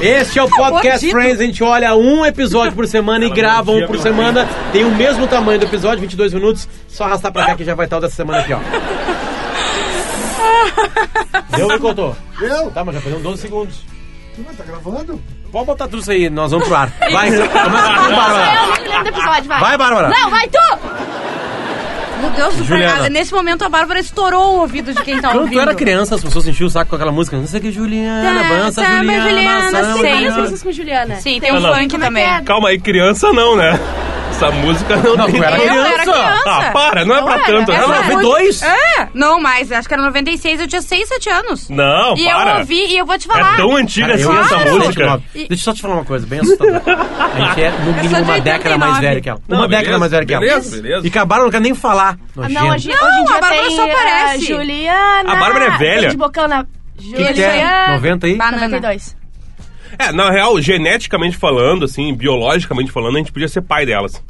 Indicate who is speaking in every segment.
Speaker 1: Este é o Podcast
Speaker 2: Bandido.
Speaker 1: Friends. A gente olha um episódio por semana e grava um por semana. Tem o mesmo tamanho do episódio, 22 minutos. Só arrastar pra cá que já vai estar o dessa semana aqui, ó. Deu ou cortou?
Speaker 3: Eu?
Speaker 1: Tá, mas já perdeu 12 segundos.
Speaker 3: Mas tá gravando?
Speaker 1: Pode botar tudo isso aí, nós vamos pro ar. Vai, começa tudo,
Speaker 2: Eu
Speaker 1: Bárbara.
Speaker 2: não me lembro do episódio, vai.
Speaker 1: Vai, Bárbara.
Speaker 2: Não, é vai tu! Meu Deus do
Speaker 1: Juliana.
Speaker 2: céu, nesse momento a Bárbara estourou o ouvido de quem tá
Speaker 1: Quando
Speaker 2: ouvindo.
Speaker 1: eu era criança, as pessoas enchiam o saco com aquela música. Não sei o que, Juliana, avança,
Speaker 2: tá, mas
Speaker 1: Juliana,
Speaker 2: Juliana,
Speaker 1: samba,
Speaker 2: sei.
Speaker 1: Juliana.
Speaker 4: Várias músicas com Juliana.
Speaker 2: Sim, tem o
Speaker 5: Ela-
Speaker 2: funk
Speaker 4: Como é que
Speaker 2: também.
Speaker 4: é?
Speaker 5: Calma aí, criança não, né? Essa música não,
Speaker 1: Não,
Speaker 5: tem...
Speaker 1: eu era
Speaker 2: Eu era criança.
Speaker 5: Ah, para, não é pra
Speaker 2: era.
Speaker 5: tanto,
Speaker 2: Essa
Speaker 5: não.
Speaker 1: Não,
Speaker 2: música-
Speaker 1: 92?
Speaker 2: É, não, mas acho que era 96, eu tinha 6, 7 anos.
Speaker 5: Não,
Speaker 2: e
Speaker 5: para.
Speaker 2: eu ouvi e eu vou te falar.
Speaker 5: É tão antiga
Speaker 1: Cara,
Speaker 5: assim
Speaker 1: eu
Speaker 5: essa
Speaker 1: era
Speaker 5: música.
Speaker 1: 79. Deixa eu só te falar uma coisa, bem assustadora. A gente é, no mínimo, uma
Speaker 2: 89.
Speaker 1: década mais velho que ela.
Speaker 5: Não,
Speaker 1: uma
Speaker 5: beleza,
Speaker 1: década mais velho que ela.
Speaker 5: beleza, beleza.
Speaker 1: E acabaram, não quero nem falar.
Speaker 4: Ah, Não, hoje,
Speaker 1: Nojento.
Speaker 4: hoje em dia
Speaker 2: a Bárbara
Speaker 4: tem
Speaker 2: só
Speaker 4: eh,
Speaker 2: aparece.
Speaker 4: Juliana.
Speaker 5: A Bárbara é velha.
Speaker 4: Tem de bocão na...
Speaker 1: O que, que é?
Speaker 4: Juliana.
Speaker 1: 90 aí?
Speaker 2: Banana.
Speaker 4: 92.
Speaker 5: É, na real, geneticamente falando, assim, biologicamente falando, a gente podia ser pai delas.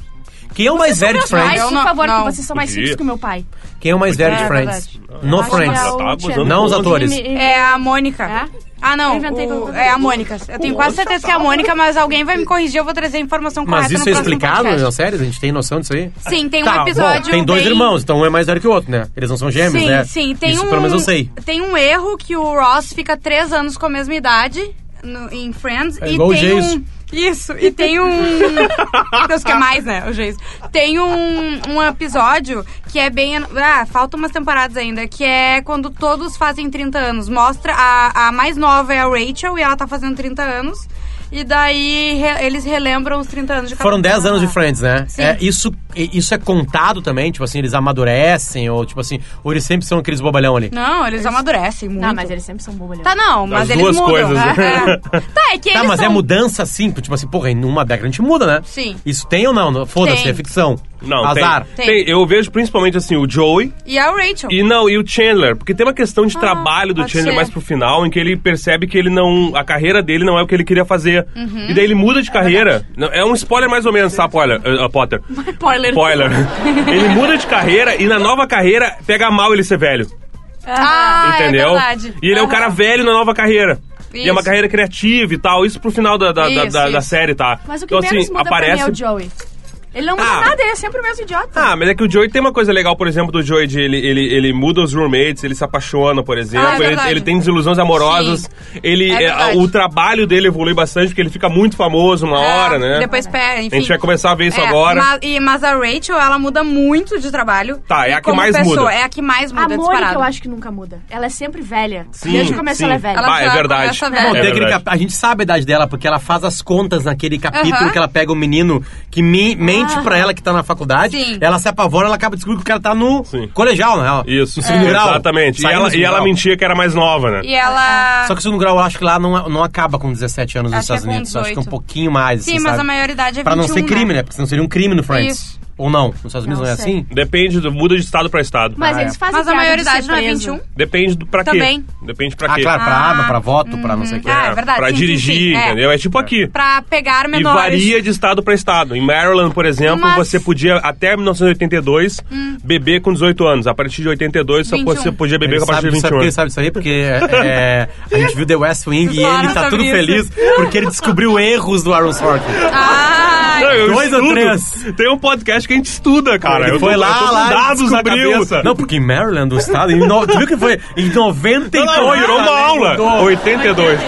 Speaker 1: Quem é o mais velho de
Speaker 4: Meus pais,
Speaker 1: Friends?
Speaker 2: Eu
Speaker 4: por
Speaker 2: não-
Speaker 4: favor,
Speaker 2: não.
Speaker 4: que vocês são mais
Speaker 5: Podia.
Speaker 4: simples que o meu pai.
Speaker 1: Quem é o mais velho de
Speaker 2: É,
Speaker 1: Friends? No
Speaker 4: Acho que
Speaker 1: Friends.
Speaker 4: é o
Speaker 5: Tá abusando
Speaker 4: Tchan.
Speaker 1: Não os atores.
Speaker 2: É a Mônica.
Speaker 4: É?
Speaker 2: Ah, não.
Speaker 4: Eu inventei
Speaker 2: o-
Speaker 4: qualquer
Speaker 2: é a Mônica. Eu tenho quase certeza que é a Mônica, mas alguém vai me corrigir, eu vou trazer a informação
Speaker 1: Mas
Speaker 2: correta
Speaker 1: isso
Speaker 2: no
Speaker 1: é
Speaker 2: próximo
Speaker 1: explicado
Speaker 2: podcast.
Speaker 1: nas séries? A gente tem noção disso aí?
Speaker 2: Sim, tem
Speaker 1: Tá,
Speaker 2: um
Speaker 1: bom,
Speaker 2: episódio.
Speaker 1: tem dois
Speaker 2: bem-
Speaker 1: irmãos, então um é mais velho que o outro, né? Eles não são gêmeos,
Speaker 2: sim,
Speaker 1: né?
Speaker 2: Sim, tem
Speaker 1: Isso
Speaker 2: um.
Speaker 1: pelo menos eu sei.
Speaker 2: Tem um erro que o Ross fica três anos com a mesma idade no- em Friends.
Speaker 1: É
Speaker 2: e
Speaker 1: igual o
Speaker 2: tem
Speaker 1: Jason.
Speaker 2: um. Isso, e tem um. Deus que é mais, né? O Jason. Tem um, um episódio que é bem. Ah, faltam umas temporadas ainda, que é quando todos fazem 30 anos. Mostra a, a mais nova é a Rachel e ela tá fazendo 30 anos. E daí re- eles relembram os 30 anos de cada
Speaker 1: Foram 10
Speaker 2: uma.
Speaker 1: anos de Friends, né?
Speaker 2: Sim.
Speaker 1: É, isso, e- isso é contado também, tipo assim, eles amadurecem, ou tipo assim, ou eles sempre são aqueles bobalhão ali.
Speaker 2: Não, eles amadurecem muito.
Speaker 4: Não, mas eles sempre são né? bobalhões.
Speaker 2: Tá, não, mas
Speaker 5: As
Speaker 2: eles
Speaker 5: duas
Speaker 2: mudam.
Speaker 5: coisas,
Speaker 2: né?
Speaker 5: né?
Speaker 2: É. Tá, é que
Speaker 1: Tá,
Speaker 2: eles
Speaker 1: mas é
Speaker 2: são...
Speaker 1: mudança sim, tipo assim, porra, em uma década a gente muda, né?
Speaker 2: Sim.
Speaker 1: Isso tem ou não? Foda-se,
Speaker 2: Tem.
Speaker 1: é ficção.
Speaker 5: Não,
Speaker 1: Azar.
Speaker 5: Tem, tem- Eu vejo principalmente, assim, o Joey
Speaker 2: E a Rachel.
Speaker 5: e não, e o Chandler. Porque tem uma questão de trabalho do
Speaker 2: Ah, pode
Speaker 5: Chandler
Speaker 2: ser.
Speaker 5: mais pro final, em que ele percebe que ele não... A carreira dele não é o que ele queria fazer.
Speaker 2: Uhum.
Speaker 5: E daí ele muda de carreira. Não, É, um spoiler mais ou menos, tá, Potter? Uh, Potter.
Speaker 2: Spoiler.
Speaker 5: Spoiler. ele muda de carreira e na nova carreira pega mal ele ser velho.
Speaker 2: Ah, é
Speaker 5: entendeu?
Speaker 2: verdade.
Speaker 5: e ele é o
Speaker 2: Aham.
Speaker 5: cara velho na nova carreira. E é uma
Speaker 2: Isso.
Speaker 5: carreira criativa e tal. Isso pro final da, da, da-
Speaker 2: Isso,
Speaker 5: da- da
Speaker 2: isso.
Speaker 5: série, tá?
Speaker 4: Mas o que menos muda pra mim é o Joey. Ele não muda
Speaker 5: Ah.
Speaker 4: nada, ele é sempre o mesmo idiota.
Speaker 5: Ah, mas é que o Joey tem uma coisa legal, por exemplo, do Joey de ele, ele, ele muda os roommates, ele se apaixona, por exemplo,
Speaker 2: Ah, é
Speaker 5: ele,
Speaker 2: verdade.
Speaker 5: ele tem desilusões amorosas, ele
Speaker 2: É
Speaker 5: é,
Speaker 2: verdade.
Speaker 5: o trabalho dele evolui bastante porque ele fica muito famoso uma
Speaker 2: Ah,
Speaker 5: hora, né?
Speaker 2: Depois pera, enfim.
Speaker 5: a gente vai começar a ver isso
Speaker 2: É,
Speaker 5: agora.
Speaker 2: Mas, e- mas a Rachel, ela muda muito de trabalho.
Speaker 5: Tá, é
Speaker 2: E
Speaker 5: a que
Speaker 2: como
Speaker 5: mais
Speaker 2: pessoa,
Speaker 5: muda.
Speaker 2: É a que mais
Speaker 4: A
Speaker 2: muda,
Speaker 4: Mônica
Speaker 2: disparado.
Speaker 4: então eu acho que nunca muda. Ela é sempre velha.
Speaker 5: Sim,
Speaker 4: Desde o começo
Speaker 5: sim.
Speaker 4: ela é velha.
Speaker 2: Ela-
Speaker 5: Ah, é
Speaker 2: já
Speaker 5: verdade.
Speaker 2: começa velha.
Speaker 5: É
Speaker 1: Não, tem aquele
Speaker 5: verdade.
Speaker 1: cap- a gente sabe a idade dela, porque ela faz as contas naquele capítulo
Speaker 2: Aham. Ah.
Speaker 1: que ela pega o menino que me- mente pra ela que tá na faculdade,
Speaker 2: Sim.
Speaker 1: ela se apavora, ela acaba descobrindo que o cara tá no
Speaker 5: Sim.
Speaker 1: colegial, né? Ela-
Speaker 5: Isso,
Speaker 1: no segundo grau.
Speaker 5: exatamente. E
Speaker 1: Saindo do
Speaker 5: ela, e
Speaker 1: segundo
Speaker 5: ela
Speaker 1: grau.
Speaker 5: mentia que era mais nova, né?
Speaker 2: E ela...
Speaker 1: Só que o segundo grau eu acho que lá não, não acaba com 17 anos nos
Speaker 2: Acho que é
Speaker 1: Estados
Speaker 2: com
Speaker 1: Unidos, eu acho que é um
Speaker 2: 18.
Speaker 1: pouquinho mais.
Speaker 2: Sim,
Speaker 1: assim,
Speaker 2: mas
Speaker 1: sabe?
Speaker 2: a maioridade é 21,
Speaker 1: Pra não ser crime, né? Porque senão seria um crime no Friends.
Speaker 2: Isso.
Speaker 1: Ou não? Nos Estados Unidos não, é
Speaker 4: Não sei.
Speaker 1: assim?
Speaker 5: Depende, do, muda de estado pra estado.
Speaker 4: Mas
Speaker 1: Ah, é.
Speaker 4: eles fazem
Speaker 2: Mas a
Speaker 4: piada de
Speaker 2: maioridade
Speaker 4: ser
Speaker 2: não é
Speaker 4: preso.
Speaker 2: 21.
Speaker 5: Depende do pra quê.
Speaker 2: Também.
Speaker 5: Depende pra
Speaker 1: Ah,
Speaker 5: quê.
Speaker 1: claro, pra
Speaker 2: Ah,
Speaker 1: arma, pra voto, pra não sei o quê.
Speaker 2: Ah, é verdade.
Speaker 5: pra
Speaker 2: sim, sim,
Speaker 5: dirigir,
Speaker 2: sim, é.
Speaker 5: entendeu? É tipo aqui.
Speaker 2: Pra pegar
Speaker 5: E
Speaker 2: menores.
Speaker 5: varia de estado pra estado. Em Maryland, por exemplo,
Speaker 2: Mas- Hum.
Speaker 5: você podia até 1982 beber com 18 anos. A partir de 82 só
Speaker 2: 21.
Speaker 5: você podia beber
Speaker 1: Ele
Speaker 5: com a partir
Speaker 1: sabe,
Speaker 5: de
Speaker 1: sabe
Speaker 5: 21
Speaker 1: por que ele
Speaker 5: anos.
Speaker 1: sabe disso aí? Porque é, a gente viu The West Wing e
Speaker 2: Claro,
Speaker 1: ele tá
Speaker 2: sabe
Speaker 1: tudo
Speaker 2: isso.
Speaker 1: feliz porque ele descobriu erros do Aaron Sorkin.
Speaker 2: Ah,
Speaker 5: Não, eu
Speaker 1: é Dois ou
Speaker 5: estudo.
Speaker 1: três?
Speaker 5: Tem um podcast que a gente estuda, cara.
Speaker 1: ele
Speaker 5: Eu
Speaker 1: foi
Speaker 5: tô- eu
Speaker 1: lá,
Speaker 5: tô com
Speaker 1: lá,
Speaker 5: dados na
Speaker 1: descobriu.
Speaker 5: cabeça.
Speaker 1: Não, porque em Maryland, o estado, em no, tu viu que foi? Em 92.
Speaker 5: Não, não, virou uma
Speaker 1: né,
Speaker 5: aula.
Speaker 1: mudou.
Speaker 5: 82.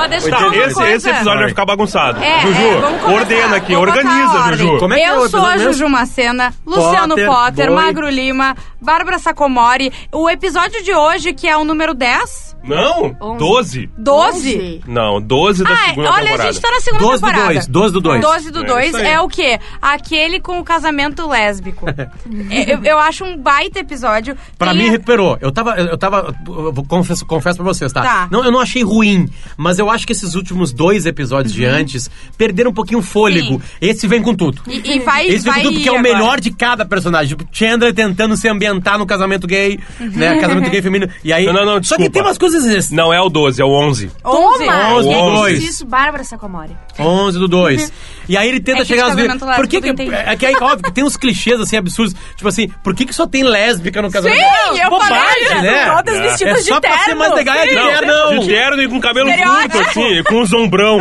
Speaker 2: mas deixa eu
Speaker 5: Tá,
Speaker 2: falar uma
Speaker 5: esse,
Speaker 2: coisa.
Speaker 5: esse episódio vai ficar bagunçado.
Speaker 2: É,
Speaker 5: Juju,
Speaker 2: é, vamos começar.
Speaker 5: ordena aqui,
Speaker 2: Vamos botar a
Speaker 5: organiza,
Speaker 2: ordem.
Speaker 5: Juju.
Speaker 1: Como é que é o
Speaker 2: eu sou a
Speaker 1: episódio mesmo?
Speaker 2: Juju Macena, Luciano
Speaker 1: Potter,
Speaker 2: Potter,
Speaker 1: Boi.
Speaker 2: Magro Lima, Bárbara Sacomori. O episódio de hoje, que é o número 10,
Speaker 5: Não, 12.
Speaker 2: 12.
Speaker 5: Não, 12 da
Speaker 2: Ah, é,
Speaker 5: segunda
Speaker 2: olha,
Speaker 5: temporada.
Speaker 2: a gente tá na segunda
Speaker 1: 12 do
Speaker 2: temporada.
Speaker 1: dois, 12 do dois.
Speaker 2: 12 do
Speaker 5: É
Speaker 2: 2
Speaker 5: isso aí.
Speaker 2: é, o quê? Aquele com o casamento lésbico. É, eu, eu acho um baita episódio. é-
Speaker 1: Pra
Speaker 2: Tem-
Speaker 1: mim, recuperou. Eu tava. Eu eu tava. Eu vou- confesso, confesso pra vocês, tá?
Speaker 2: Tá.
Speaker 1: Não, eu não achei ruim, mas eu acho que esses últimos dois episódios de antes perderam um pouquinho o fôlego.
Speaker 2: Sim.
Speaker 1: Esse vem com tudo.
Speaker 2: E, e vai,
Speaker 1: Esse vem
Speaker 2: vai
Speaker 1: com tudo porque é o
Speaker 2: agora.
Speaker 1: melhor de cada personagem.
Speaker 2: Uhum.
Speaker 1: Tipo, Chandler tentando se ambientar no casamento gay, né? Casamento gay feminino. E aí.
Speaker 5: Não, não, não,
Speaker 1: Só que
Speaker 5: desculpa.
Speaker 1: tem umas
Speaker 3: todas existem.
Speaker 5: Não é o 12, é o 11.
Speaker 4: Toma!
Speaker 1: Onze,
Speaker 4: Quem
Speaker 1: dois.
Speaker 4: disse isso? Bárbara Sacomori.
Speaker 1: 11 do 2. E aí ele tenta
Speaker 2: É que
Speaker 1: chegar
Speaker 2: de
Speaker 1: às vezes.
Speaker 2: casamento
Speaker 1: Por que,
Speaker 2: lésbico
Speaker 1: que
Speaker 2: eu entendi.
Speaker 1: é que aí, óbvio, que tem uns clichês assim absurdos. Tipo assim, por que, que só tem lésbica no casamento?
Speaker 2: Sim, eu falei,
Speaker 1: bobagem, né?
Speaker 4: Todas
Speaker 5: É.
Speaker 1: É
Speaker 4: vestidas de
Speaker 1: só
Speaker 4: terno.
Speaker 1: pra ser mais legal, é de
Speaker 5: Não,
Speaker 1: ternão.
Speaker 5: de terno e com cabelo
Speaker 2: Estereótipo.
Speaker 5: curto, assim, com os ombrão.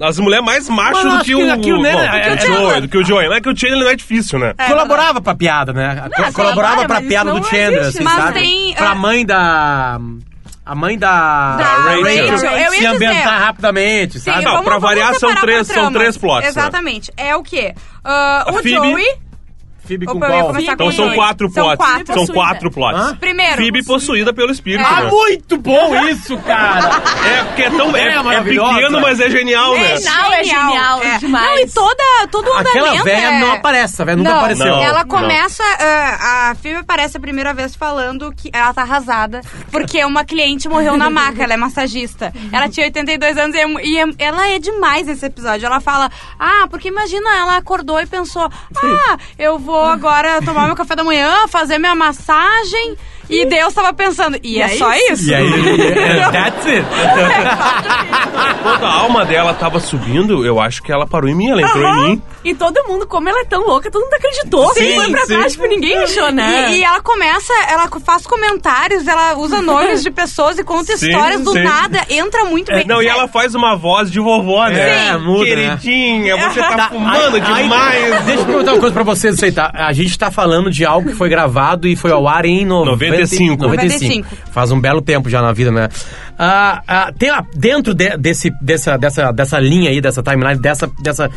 Speaker 5: As mulheres mais macho
Speaker 1: Mas eu
Speaker 5: do
Speaker 1: acho que
Speaker 5: que o...
Speaker 1: aquilo, né,
Speaker 5: bom,
Speaker 1: é-
Speaker 5: do que o Joey, do que o Joey. Mas é que o Chen, ele não é difícil, né?
Speaker 1: Colaborava pra piada, né? Co-
Speaker 4: Não,
Speaker 1: colaborava
Speaker 4: colabora,
Speaker 1: pra
Speaker 4: mas
Speaker 1: piada
Speaker 4: isso
Speaker 1: do
Speaker 4: não
Speaker 1: Chandra,
Speaker 4: existe,
Speaker 1: assim,
Speaker 2: mas
Speaker 1: sabe?
Speaker 2: tem,
Speaker 1: pra
Speaker 2: é-
Speaker 1: mãe da. A mãe da.
Speaker 2: Da
Speaker 5: Rachel.
Speaker 2: Eu
Speaker 1: se
Speaker 2: ia
Speaker 1: ambientar
Speaker 2: dizer.
Speaker 1: rapidamente,
Speaker 2: Sim,
Speaker 1: sabe?
Speaker 5: Ah, Não,
Speaker 2: vamos,
Speaker 5: pra
Speaker 2: vamos
Speaker 5: variar, são
Speaker 2: separar
Speaker 5: três- são
Speaker 2: por tramas.
Speaker 5: três plots, né?
Speaker 2: Exatamente. É o quê? Ah, o
Speaker 5: Phoebe-
Speaker 2: Joey...
Speaker 1: Phoebe com
Speaker 2: Opa, eu ia
Speaker 1: qual?
Speaker 2: é começar
Speaker 5: Então
Speaker 2: com
Speaker 5: são
Speaker 2: dois.
Speaker 5: quatro
Speaker 2: São
Speaker 5: plots.
Speaker 2: quatro.
Speaker 5: São
Speaker 4: Possuída.
Speaker 5: quatro plots.
Speaker 1: Hã?
Speaker 2: Primeiro.
Speaker 5: Phoebe possuída pelo espírito,
Speaker 1: Ah,
Speaker 5: né?
Speaker 1: muito bom isso, cara!
Speaker 5: É, porque é tão... É,
Speaker 1: Ideia
Speaker 5: é
Speaker 1: maravilhosa.
Speaker 5: pequeno, mas é genial, né?
Speaker 4: Genial. é genial, demais.
Speaker 2: Não, e toda, todo o andamento
Speaker 1: Aquela velha
Speaker 2: é...
Speaker 1: não aparece, a velha nunca
Speaker 2: Não,
Speaker 1: apareceu.
Speaker 5: Não.
Speaker 2: ela começa. ah, a filme aparece a primeira vez falando que ela tá arrasada porque uma cliente morreu na maca. Ela é massagista. Ela tinha 82 anos e, é mu- e é- ela é demais nesse episódio. Ela fala: Ah, porque imagina, ela acordou e pensou: Ah, eu vou agora tomar meu café da manhã, fazer minha massagem. E Deus tava pensando: E, é, só isso?
Speaker 1: E aí, that's it.
Speaker 5: Quando a alma dela tava subindo, eu acho que ela parou em mim, ela entrou em mim.
Speaker 4: E todo mundo, como ela é tão louca, todo mundo acreditou.
Speaker 5: Sim,
Speaker 4: Sim, foi pra
Speaker 5: sim.
Speaker 4: trás, tipo, ninguém achou, né?
Speaker 2: E, e ela começa, ela co- faz comentários, ela usa nomes de pessoas e conta
Speaker 5: Sim,
Speaker 2: histórias do
Speaker 5: sim. É,
Speaker 2: nada, entra muito bem. é.
Speaker 5: Não, e ela faz uma voz de vovó, né?
Speaker 1: É, muda, né?
Speaker 5: Queridinha, você tá, fumando
Speaker 1: Ai,
Speaker 5: demais.
Speaker 1: ai, Deixa eu perguntar uma coisa pra vocês aceitar. A gente tá falando de algo que foi gravado e foi ao ar em no-
Speaker 5: 95.
Speaker 1: 95. Faz um belo tempo já na vida, né? Ah, ah, tem a- dentro de- desse, dessa, dessa, dessa linha aí, dessa timeline, dessa. dessa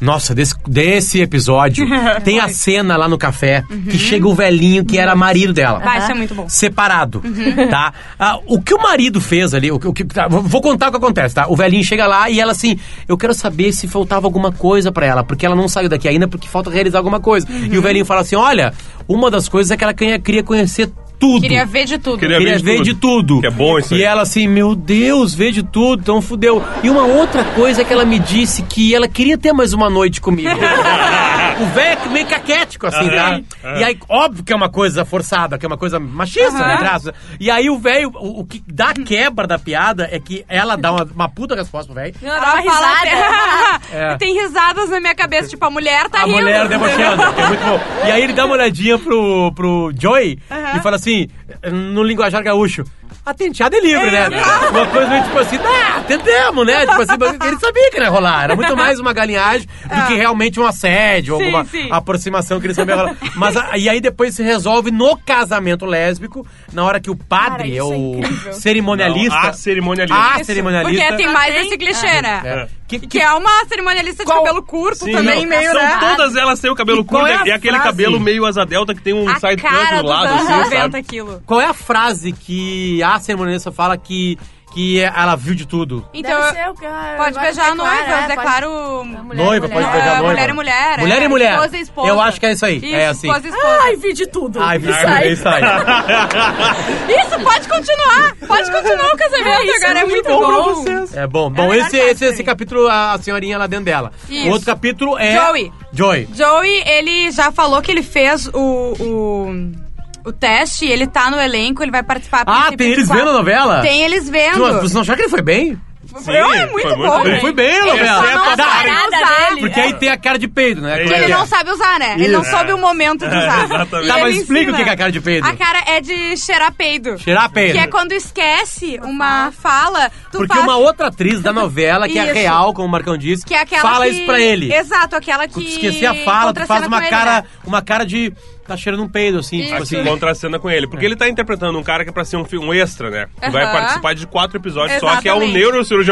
Speaker 1: nossa, desse, desse episódio, tem a cena lá no café que chega o velhinho que era marido dela
Speaker 2: Vai, Uhum. isso é muito bom.
Speaker 1: separado, tá? Ah, o que o marido fez ali, o, que- o que tá, vou- vou contar o que acontece, tá? O velhinho chega lá e ela assim, eu quero saber se faltava alguma coisa pra ela, porque ela não saiu daqui ainda, porque falta realizar alguma coisa. E o velhinho fala assim, olha, uma das coisas é que ela queria, queria conhecer tudo.
Speaker 2: Queria ver de tudo.
Speaker 5: Queria-
Speaker 1: Queria ver de tudo.
Speaker 5: Que é bom isso aí.
Speaker 1: E ela assim, meu Deus, vê de tudo, então fudeu. E uma outra coisa é que ela me disse que ela queria ter mais uma noite comigo. o velho é meio caquético, assim, tá?
Speaker 5: Aham, aham.
Speaker 1: E aí, óbvio que é uma coisa forçada, que é uma coisa machista, né? graça? E aí o velho, o, o que dá quebra da piada é que ela dá uma, uma puta resposta pro velho.
Speaker 2: Ela dá uma
Speaker 4: fala
Speaker 2: risada.
Speaker 1: É.
Speaker 2: Tem risadas na minha cabeça, tipo, a mulher tá
Speaker 1: a
Speaker 2: rindo.
Speaker 1: mulher debochando, que é muito bom. E aí ele dá uma olhadinha pro, pro Joey e fala assim, no linguajar gaúcho, a tenteada é livre, né? Uma coisa meio tipo assim, ah, tentemos, né? Tipo assim, mas ele sabia que não ia rolar. Era muito mais uma galinhagem do que realmente um assédio,
Speaker 2: Sim,
Speaker 1: alguma
Speaker 2: sim.
Speaker 1: aproximação que ele sabia rolar. Mas a- e aí depois se resolve no casamento lésbico, na hora que o
Speaker 4: Cara,
Speaker 1: padre,
Speaker 4: isso é
Speaker 1: ou
Speaker 4: incrível.
Speaker 1: cerimonialista...
Speaker 5: Não, a cerimonialista.
Speaker 1: A
Speaker 5: Isso.
Speaker 1: cerimonialista... Ah,
Speaker 2: Porque tem mais esse clichê, né?
Speaker 1: É. Que- que-
Speaker 2: Que é uma cerimonialista de
Speaker 1: Qual-
Speaker 2: cabelo curto
Speaker 5: Sim,
Speaker 2: também,
Speaker 5: não.
Speaker 2: meio,
Speaker 5: São
Speaker 2: né?
Speaker 5: todas elas têm o cabelo
Speaker 1: E qual
Speaker 5: curto
Speaker 1: é a
Speaker 5: e aquele
Speaker 1: frase?
Speaker 5: cabelo meio asa delta que tem um
Speaker 2: A
Speaker 5: side
Speaker 2: cara
Speaker 5: do
Speaker 2: dos
Speaker 5: lado,
Speaker 2: anos
Speaker 5: assim,
Speaker 2: 90
Speaker 5: sabe?
Speaker 2: aquilo.
Speaker 1: Qual é a frase que a cerimonialista fala que, que ela viu de tudo?
Speaker 2: Então,
Speaker 4: Deve ser o que a-
Speaker 2: pode
Speaker 4: agora
Speaker 2: beijar a
Speaker 4: declara,
Speaker 2: noiva, eu
Speaker 4: é, pode-
Speaker 2: declaro...
Speaker 4: Mulher,
Speaker 1: noiva,
Speaker 4: mulher.
Speaker 1: pode beijar
Speaker 2: Ah,
Speaker 1: noiva.
Speaker 2: Mulher e mulher. é.
Speaker 1: Mulher e mulher.
Speaker 2: Esposa e esposa.
Speaker 1: Eu acho que é isso aí. é assim.
Speaker 2: Esposa e esposa.
Speaker 4: Ai, vi de tudo.
Speaker 1: Ai,
Speaker 4: Isso
Speaker 1: Vitor,
Speaker 4: aí.
Speaker 1: é isso aí.
Speaker 2: Isso, pode continuar. Pode continuar o casamento,
Speaker 4: É, isso
Speaker 2: cara.
Speaker 4: é
Speaker 2: É muito
Speaker 4: muito
Speaker 2: bom.
Speaker 4: bom pra
Speaker 1: É bom. Bom, esse, esse, esse capítulo, a senhorinha lá dentro dela.
Speaker 2: Isso.
Speaker 1: O outro capítulo é...
Speaker 2: Joey.
Speaker 1: Joey.
Speaker 2: Joey, ele já falou que ele fez o, o, o teste, ele tá no elenco, ele vai participar. a
Speaker 1: Ah,
Speaker 2: princípio
Speaker 1: tem
Speaker 2: de
Speaker 1: eles
Speaker 2: quatro.
Speaker 1: vendo a novela? Tipo,
Speaker 2: Tem eles vendo.
Speaker 1: Tu, vocês não acharam que ele foi bem?
Speaker 5: Sim,
Speaker 2: Não, é muito
Speaker 5: foi
Speaker 2: bom.
Speaker 1: Ele foi bem, a novela.
Speaker 5: Exceto a
Speaker 1: Dá-
Speaker 5: parte-
Speaker 2: parada
Speaker 4: usar.
Speaker 2: dele.
Speaker 1: Porque aí tem a cara de peido, né?
Speaker 5: É.
Speaker 1: Como
Speaker 2: Que
Speaker 1: é
Speaker 2: né? é- ele
Speaker 1: que é?
Speaker 2: não sabe usar, né? Ele não
Speaker 1: Isso.
Speaker 2: sabe o momento de usar.
Speaker 5: exatamente.
Speaker 2: E
Speaker 1: Tá,
Speaker 2: ele
Speaker 1: mas explica
Speaker 2: ensina.
Speaker 1: o que é a cara de peido.
Speaker 2: A cara é de cheirar peido.
Speaker 1: Cheirar peido.
Speaker 2: Que é quando esquece uma fala, tu
Speaker 1: Porque
Speaker 2: faz...
Speaker 1: uma outra atriz da novela, que é
Speaker 2: Isso.
Speaker 1: real, como o Marcão disse,
Speaker 2: Que é aquela
Speaker 1: fala
Speaker 2: que...
Speaker 1: isso pra ele.
Speaker 2: Exato, aquela que...
Speaker 1: Quando tu esquecer a fala, tu faz
Speaker 2: contracena
Speaker 1: uma
Speaker 2: com ele,
Speaker 1: cara,
Speaker 2: né?
Speaker 1: uma cara de. tá cheirando um peido, assim, tipo
Speaker 5: Aqui
Speaker 1: assim.
Speaker 5: contra a cena com ele. Porque ele tá interpretando um cara que é pra ser um, fi- um extra, né? Que vai
Speaker 2: Aham.
Speaker 5: participar de quatro episódios só, que é um
Speaker 2: Exatamente.
Speaker 5: neurocirurgião.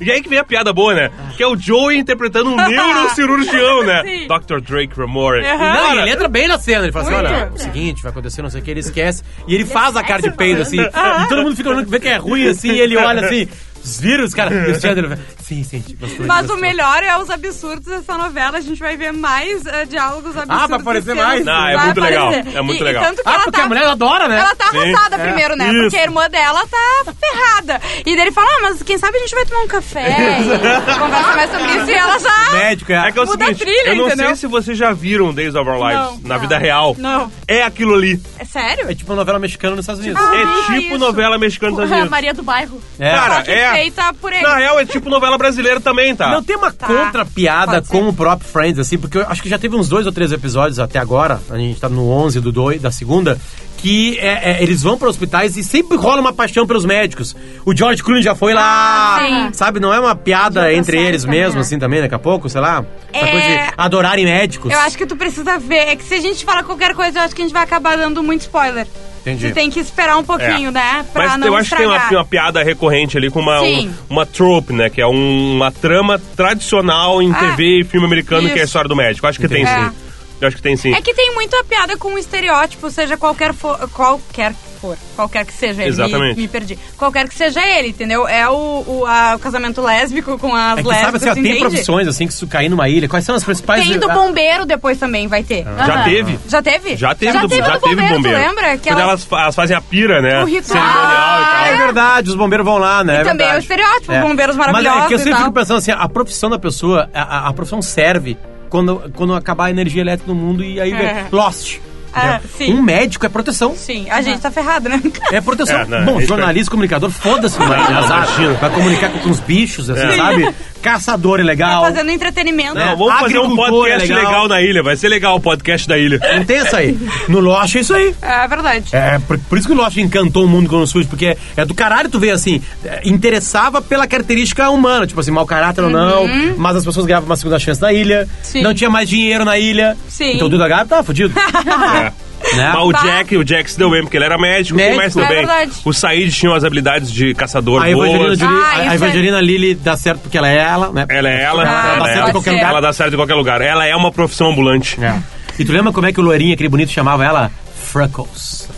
Speaker 5: E aí que vem a piada boa, né? Que é o Joey interpretando um neurocirurgião, né?
Speaker 2: Sim.
Speaker 5: Dr. Drake Ramore.
Speaker 1: Não,
Speaker 5: Cara,
Speaker 1: ele entra bem na cena, ele fala assim:
Speaker 4: Muito.
Speaker 1: olha, o seguinte, vai acontecer, não sei o
Speaker 2: Ah,
Speaker 1: que, ele esquece. E ele faz a cara de peido, assim. E todo mundo fica olhando, vê que é ruim, assim, e ele olha assim. Vocês viram os caras? E o Chandler, sim, sim, tipo, gostou.
Speaker 2: Mas
Speaker 1: gostou.
Speaker 2: o melhor é os absurdos dessa novela. A gente vai ver mais eh, diálogos absurdos.
Speaker 1: Ah, vai aparecer
Speaker 2: e cenas-
Speaker 1: mais?
Speaker 5: Não, é
Speaker 2: Vai
Speaker 5: muito legal,
Speaker 2: aparecer.
Speaker 5: é muito
Speaker 2: E- e
Speaker 5: legal.
Speaker 2: tanto que
Speaker 1: Ah,
Speaker 2: ela
Speaker 1: porque
Speaker 2: tá-
Speaker 1: a mulher adora, né?
Speaker 2: Ela tá
Speaker 5: Sim.
Speaker 2: arrasada
Speaker 1: É.
Speaker 2: primeiro, né?
Speaker 1: Isso.
Speaker 2: Porque a irmã dela tá ferrada. E daí ele fala, ah, mas quem sabe a gente vai tomar um café
Speaker 4: É,
Speaker 2: e conversa mais sobre isso. E ela já...
Speaker 1: Médico, é.
Speaker 5: É que é o
Speaker 2: Muda a
Speaker 5: seguinte,
Speaker 2: trilha,
Speaker 5: eu não
Speaker 2: entendeu?
Speaker 5: sei se vocês já viram Days of Our Lives
Speaker 2: Não.
Speaker 5: na vida real.
Speaker 2: Não.
Speaker 5: É aquilo ali.
Speaker 2: É sério?
Speaker 1: É tipo uma novela mexicana nos Estados Unidos.
Speaker 2: Ah,
Speaker 5: é tipo
Speaker 2: isso.
Speaker 5: novela mexicana dos Estados
Speaker 4: A
Speaker 1: um.
Speaker 5: Unidos.
Speaker 4: é, Maria do Bairro.
Speaker 1: É.
Speaker 5: cara,
Speaker 2: Só que
Speaker 5: é.
Speaker 2: feita por ele.
Speaker 5: Na real, é tipo novela brasileira também, tá?
Speaker 1: Não tem uma
Speaker 2: Tá.
Speaker 1: contra piada
Speaker 2: Pode ser.
Speaker 1: com o próprio Friends, assim, porque eu acho que já teve uns dois ou três episódios até agora, a gente tá no 11 do dois, da segunda, que é, é, eles vão para hospitais e sempre rola uma paixão pelos médicos. O George Clooney já foi lá,
Speaker 2: Ah, sim.
Speaker 1: sabe? Não é uma piada
Speaker 2: outra
Speaker 1: entre
Speaker 2: série
Speaker 1: eles
Speaker 2: também,
Speaker 1: mesmo,
Speaker 2: né?
Speaker 1: assim, também, daqui a pouco, sei lá. Essa
Speaker 2: É.
Speaker 1: coisa de adorarem médicos.
Speaker 2: Eu acho que tu precisa ver. É que se a gente falar qualquer coisa, eu acho que a gente vai acabar dando muito spoiler.
Speaker 1: Entendi.
Speaker 2: Tu tem que esperar um pouquinho,
Speaker 5: É.
Speaker 2: né? Pra
Speaker 5: Mas
Speaker 2: não
Speaker 5: eu acho que tem
Speaker 2: estragar.
Speaker 5: uma, uma piada recorrente ali com uma,
Speaker 2: Sim.
Speaker 5: um- uma trope, né? Que é um- uma trama tradicional em
Speaker 2: Ah,
Speaker 5: TV e filme americano, que é a
Speaker 2: isso.
Speaker 5: história do médico. Acho que tem
Speaker 1: Entendi.
Speaker 5: sim. Eu acho que tem sim.
Speaker 2: É que tem muita piada com o estereótipo, seja qualquer for, qualquer for, qualquer que seja ele.
Speaker 5: Exatamente.
Speaker 2: Me, me perdi. Qualquer que seja ele, entendeu? É o, o, a- o casamento lésbico com as
Speaker 1: É que, sabe,
Speaker 2: lésbicas,
Speaker 1: assim, ó, tem
Speaker 2: entende?
Speaker 1: profissões, assim, que se cair numa ilha, quais são as principais...
Speaker 2: Tem do
Speaker 1: ah,
Speaker 2: bombeiro depois também, vai ter.
Speaker 5: Já
Speaker 4: Aham.
Speaker 5: teve.
Speaker 2: Já teve?
Speaker 5: Ah. Já teve,
Speaker 2: Ah. já
Speaker 5: do,
Speaker 2: teve
Speaker 5: já
Speaker 2: do bombeiro, tu lembra? Que
Speaker 5: Quando
Speaker 2: elas-
Speaker 5: elas, fa- elas fazem a pira, né?
Speaker 2: O ritual.
Speaker 5: Cerimonial
Speaker 1: Ah,
Speaker 5: e
Speaker 1: é
Speaker 5: tal.
Speaker 1: verdade, os bombeiros vão lá, né?
Speaker 2: E também é
Speaker 1: verdade.
Speaker 2: o estereótipo, bombeiros maravilhosos
Speaker 1: Mas é que eu
Speaker 2: e
Speaker 1: sempre
Speaker 2: tal.
Speaker 1: fico pensando assim, a profissão da pessoa, a, a- a profissão serve quando, quando acabar a energia elétrica no mundo e aí
Speaker 2: É.
Speaker 1: vem Lost.
Speaker 2: Ah,
Speaker 1: entendeu?
Speaker 2: sim.
Speaker 1: Um médico é proteção.
Speaker 2: Sim, a gente tá ferrado, né?
Speaker 1: É proteção.
Speaker 5: É, não,
Speaker 1: Bom,
Speaker 5: isso
Speaker 1: jornalista, comunicador, foda-se, vai,
Speaker 5: Não,
Speaker 1: azar.
Speaker 5: imagina.
Speaker 1: Vai comunicar com, com os bichos, assim,
Speaker 5: É.
Speaker 1: sabe? Caçador é
Speaker 2: Tá
Speaker 1: legal.
Speaker 2: fazendo entretenimento.
Speaker 5: Não, vamos fazer um
Speaker 1: Agricultor é
Speaker 5: podcast legal.
Speaker 1: legal.
Speaker 5: na ilha. Vai ser legal o podcast da ilha.
Speaker 1: Não tem essa aí. No Lost é isso aí.
Speaker 2: É verdade.
Speaker 1: É, por, por isso que o Lost encantou o mundo quando surge, porque é, é do caralho tu vê assim, é, interessava pela característica humana, tipo assim, mau caráter ou não, mas as pessoas ganhavam uma segunda chance na ilha,
Speaker 2: Uhum. Sim.
Speaker 1: não tinha mais dinheiro na ilha,
Speaker 2: Sim.
Speaker 1: então o Duda Garbi tava fudido.
Speaker 2: Ah.
Speaker 5: É.
Speaker 1: né?
Speaker 5: Mas o Jack, o Jack se deu bem, porque ele era médico,
Speaker 1: Médico.
Speaker 5: mas
Speaker 2: É
Speaker 5: tudo bem.
Speaker 2: verdade.
Speaker 5: O Said tinha as habilidades de caçador
Speaker 1: A Evangelina,
Speaker 5: boas.
Speaker 1: Jolie,
Speaker 2: Ah,
Speaker 1: a- a
Speaker 2: isso é-
Speaker 1: Evangelina Lilly dá certo porque ela é ela, né?
Speaker 5: Ela é ela,
Speaker 2: Ah,
Speaker 5: ela,
Speaker 1: dá
Speaker 5: é
Speaker 1: certo
Speaker 5: ela.
Speaker 1: em qualquer
Speaker 2: pode
Speaker 1: lugar.
Speaker 5: Ela dá certo em qualquer lugar. Ela é uma profissão ambulante.
Speaker 1: É. E tu lembra como é que o loirinho, aquele bonito, chamava ela? Freckles.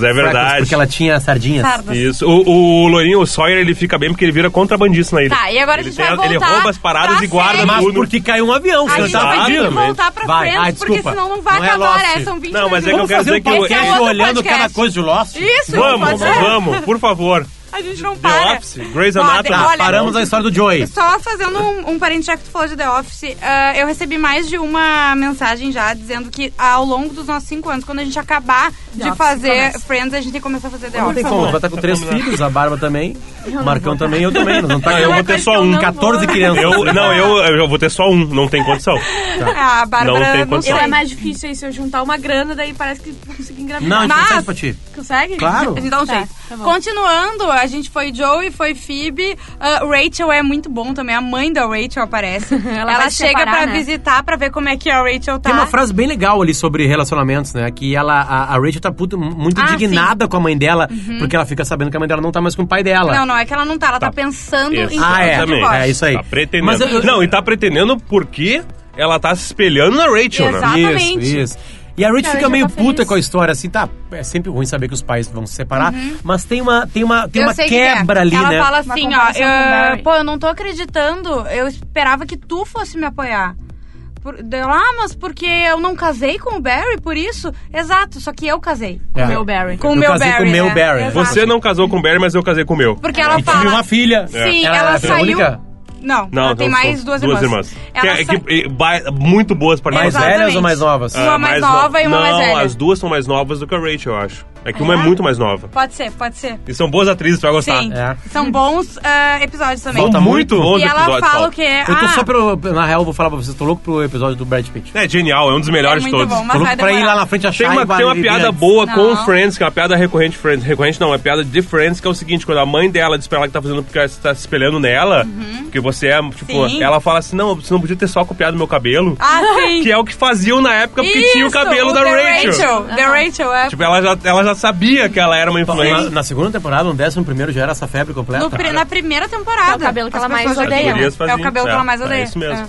Speaker 1: Freckles,
Speaker 5: é verdade.
Speaker 1: porque ela tinha sardinhas.
Speaker 2: Sardas.
Speaker 5: Isso. O, o Lourinho, o Sawyer, ele fica bem porque ele vira contrabandista na ilha.
Speaker 2: Tá, e agora
Speaker 5: ele
Speaker 2: a gente vai
Speaker 5: tem- Ele
Speaker 2: voltar
Speaker 5: rouba as paradas
Speaker 2: pra
Speaker 5: e guarda
Speaker 2: série.
Speaker 1: Mas
Speaker 5: tudo.
Speaker 1: porque caiu um avião,
Speaker 2: A
Speaker 1: senão
Speaker 2: gente
Speaker 5: tá
Speaker 1: tava
Speaker 2: vai ter que
Speaker 5: fudido,
Speaker 1: fudido.
Speaker 2: voltar pra
Speaker 1: Vai,
Speaker 2: frente,
Speaker 1: ai,
Speaker 2: porque
Speaker 1: desculpa.
Speaker 2: senão não vai
Speaker 1: Não é
Speaker 2: acabar.
Speaker 1: Lost.
Speaker 2: É, são 20
Speaker 5: Não, mas é que eu
Speaker 2: minutos.
Speaker 5: quero dizer que o-
Speaker 2: Esse é
Speaker 1: Esse
Speaker 2: outro
Speaker 1: um olhando
Speaker 2: podcast.
Speaker 1: cada coisa de Lost.
Speaker 2: Isso,
Speaker 5: Vamos,
Speaker 2: pode ser.
Speaker 5: vamos, por favor.
Speaker 2: A gente não para.
Speaker 5: Office, Grey's
Speaker 2: Ó,
Speaker 5: Anatomy.
Speaker 2: de-
Speaker 1: Tá,
Speaker 2: olha,
Speaker 1: paramos a história do Joey.
Speaker 2: Só fazendo um, um parente já que tu falou de The Office, ah, eu recebi mais de uma mensagem já dizendo que ao longo dos nossos cinco anos, quando a gente acabar
Speaker 4: The
Speaker 2: de
Speaker 4: Office
Speaker 2: fazer
Speaker 4: começa.
Speaker 2: Friends, a gente tem que começar a fazer The
Speaker 1: Não tem
Speaker 2: Office.
Speaker 1: como, ela tá com três filhos, a Barba também, o Marcão também, eu também. Nós não tá
Speaker 5: Não, eu
Speaker 2: é
Speaker 1: com
Speaker 5: vou
Speaker 4: é
Speaker 5: ter só um.
Speaker 1: 14 crianças.
Speaker 5: Eu, não, eu, eu vou ter só um, não tem condição.
Speaker 2: Ah, A
Speaker 5: Não tem
Speaker 2: Bárbara não,
Speaker 5: condição.
Speaker 2: sei.
Speaker 4: Eu é mais difícil aí, se eu juntar uma grana, daí parece que vou conseguir engravidar.
Speaker 1: Não, a gente
Speaker 2: Mas-
Speaker 1: consegue pra ti.
Speaker 4: Consegue?
Speaker 1: Claro.
Speaker 2: A gente dá um
Speaker 4: Tá,
Speaker 2: jeito.
Speaker 4: tá bom.
Speaker 2: Continuando, a gente foi Joey, foi Phoebe. ah, Rachel é muito bom também. A mãe da Rachel aparece. Ela,
Speaker 4: vai se
Speaker 2: chega
Speaker 4: separar,
Speaker 2: pra
Speaker 4: né?
Speaker 2: visitar pra ver como é que a Rachel tá.
Speaker 1: Tem uma frase bem legal ali sobre relacionamentos, né? Que ela, a, a Rachel tá puta- muito
Speaker 2: Ah, Uhum.
Speaker 1: indignada com a mãe dela, porque ela fica sabendo que a mãe dela não tá mais com o pai dela.
Speaker 2: Não, não, é que ela não tá. Ela tá,
Speaker 5: Tá.
Speaker 2: pensando em
Speaker 1: Ah, é.
Speaker 2: que
Speaker 5: Exatamente.
Speaker 2: divórcio.
Speaker 1: É isso aí.
Speaker 5: Tá pretendendo.
Speaker 1: Mas eu- eu-
Speaker 5: Não, e tá pretendendo porque ela tá se espelhando na Rachel, né?
Speaker 2: Exato. Exatamente.
Speaker 1: Isso, isso. E a Rachel
Speaker 4: Cara,
Speaker 1: fica
Speaker 4: já
Speaker 1: meio
Speaker 4: tá
Speaker 1: puta
Speaker 4: feliz.
Speaker 1: com a história, assim, tá, é sempre ruim saber que os pais vão se separar, mas tem uma, tem uma, tem
Speaker 2: Uhum. Eu
Speaker 1: uma
Speaker 2: sei que
Speaker 1: quebra
Speaker 2: é.
Speaker 1: ali,
Speaker 2: ela
Speaker 1: né?
Speaker 2: Ela fala
Speaker 4: Uma
Speaker 2: assim, ó,
Speaker 4: comparação com
Speaker 2: eu-
Speaker 4: Barry.
Speaker 2: pô, eu não tô acreditando, eu esperava que tu fosse me apoiar. Por, daí ela, ah, mas porque eu não casei com o Barry, por isso? Exato, só que eu casei.
Speaker 1: É.
Speaker 4: Meu Barry.
Speaker 2: Com o
Speaker 1: Eu
Speaker 2: meu
Speaker 1: casei com
Speaker 2: Barry.
Speaker 1: o meu
Speaker 2: né?
Speaker 1: Barry.
Speaker 2: Exato.
Speaker 5: Você não casou com o Barry, mas eu casei com o meu.
Speaker 2: Porque ela
Speaker 1: e tive
Speaker 2: fala. assim,
Speaker 1: uma filha.
Speaker 2: Sim,
Speaker 5: É.
Speaker 2: ela,
Speaker 1: Ela é
Speaker 2: saiu.
Speaker 1: única?
Speaker 2: Não,
Speaker 5: Não,
Speaker 2: ela tem
Speaker 5: então
Speaker 2: mais
Speaker 5: são
Speaker 2: duas, irmãs.
Speaker 5: Que
Speaker 2: Ela
Speaker 5: é-
Speaker 2: sai-
Speaker 5: que- e- ba- muito boas É, para
Speaker 1: Mais
Speaker 2: Exatamente.
Speaker 1: velhas ou mais novas?
Speaker 2: Uma mais nova e uma
Speaker 5: Ah, não,
Speaker 2: mais velha.
Speaker 5: as duas são mais novas do que a Rachel, eu acho. É que uma é
Speaker 2: É?
Speaker 5: muito mais nova.
Speaker 2: Pode ser, pode ser.
Speaker 5: E são boas atrizes, tu vai gostar.
Speaker 2: Sim.
Speaker 1: É.
Speaker 2: São bons ah, episódios também.
Speaker 5: São
Speaker 1: Falta
Speaker 5: muito
Speaker 1: muito.
Speaker 5: bons
Speaker 2: e ela
Speaker 5: episódios.
Speaker 2: fala
Speaker 5: Paulo.
Speaker 2: o que é.
Speaker 1: Eu tô
Speaker 2: ah,
Speaker 1: só pelo. Na real, eu vou falar pra vocês, tô louco pro episódio do Brad Pitt.
Speaker 5: É genial, é um dos melhores
Speaker 2: é
Speaker 5: de
Speaker 2: muito
Speaker 5: todos.
Speaker 2: bom, mas
Speaker 1: tô louco
Speaker 2: vai
Speaker 1: pra ir lá
Speaker 2: demorar.
Speaker 1: na frente achar
Speaker 5: Tem
Speaker 1: e
Speaker 5: uma,
Speaker 1: vai
Speaker 5: tem uma
Speaker 1: vir
Speaker 5: piada
Speaker 1: antes.
Speaker 5: boa
Speaker 2: Não.
Speaker 5: com Friends, que é uma piada recorrente, Friends. Recorrente não, é piada de Friends, que é o seguinte, quando a mãe dela diz pra ela que tá fazendo porque ela tá se espelhando nela, que você é, tipo,
Speaker 2: Uhum. Sim.
Speaker 5: ela fala assim, não, você não podia ter só copiado meu cabelo.
Speaker 2: Ah, sim.
Speaker 5: Que é o que faziam na época porque tinha o
Speaker 2: Isso,
Speaker 5: cabelo da
Speaker 2: The
Speaker 5: Rachel.
Speaker 2: The Rachel, é.
Speaker 5: Tipo, ela já, ela já sabia que ela era uma
Speaker 1: Na,
Speaker 5: influência.
Speaker 1: na segunda temporada, no décimo primeiro, já era essa febre completa.
Speaker 2: No pri- na primeira temporada.
Speaker 4: É o cabelo que
Speaker 2: As
Speaker 4: ela mais
Speaker 2: pessoas
Speaker 4: odeia.
Speaker 2: odeiam.
Speaker 5: As gurias
Speaker 2: É o
Speaker 5: faziam,
Speaker 2: cabelo que
Speaker 5: é,
Speaker 2: ela mais
Speaker 5: é
Speaker 2: odeia.
Speaker 5: isso mesmo.
Speaker 2: É.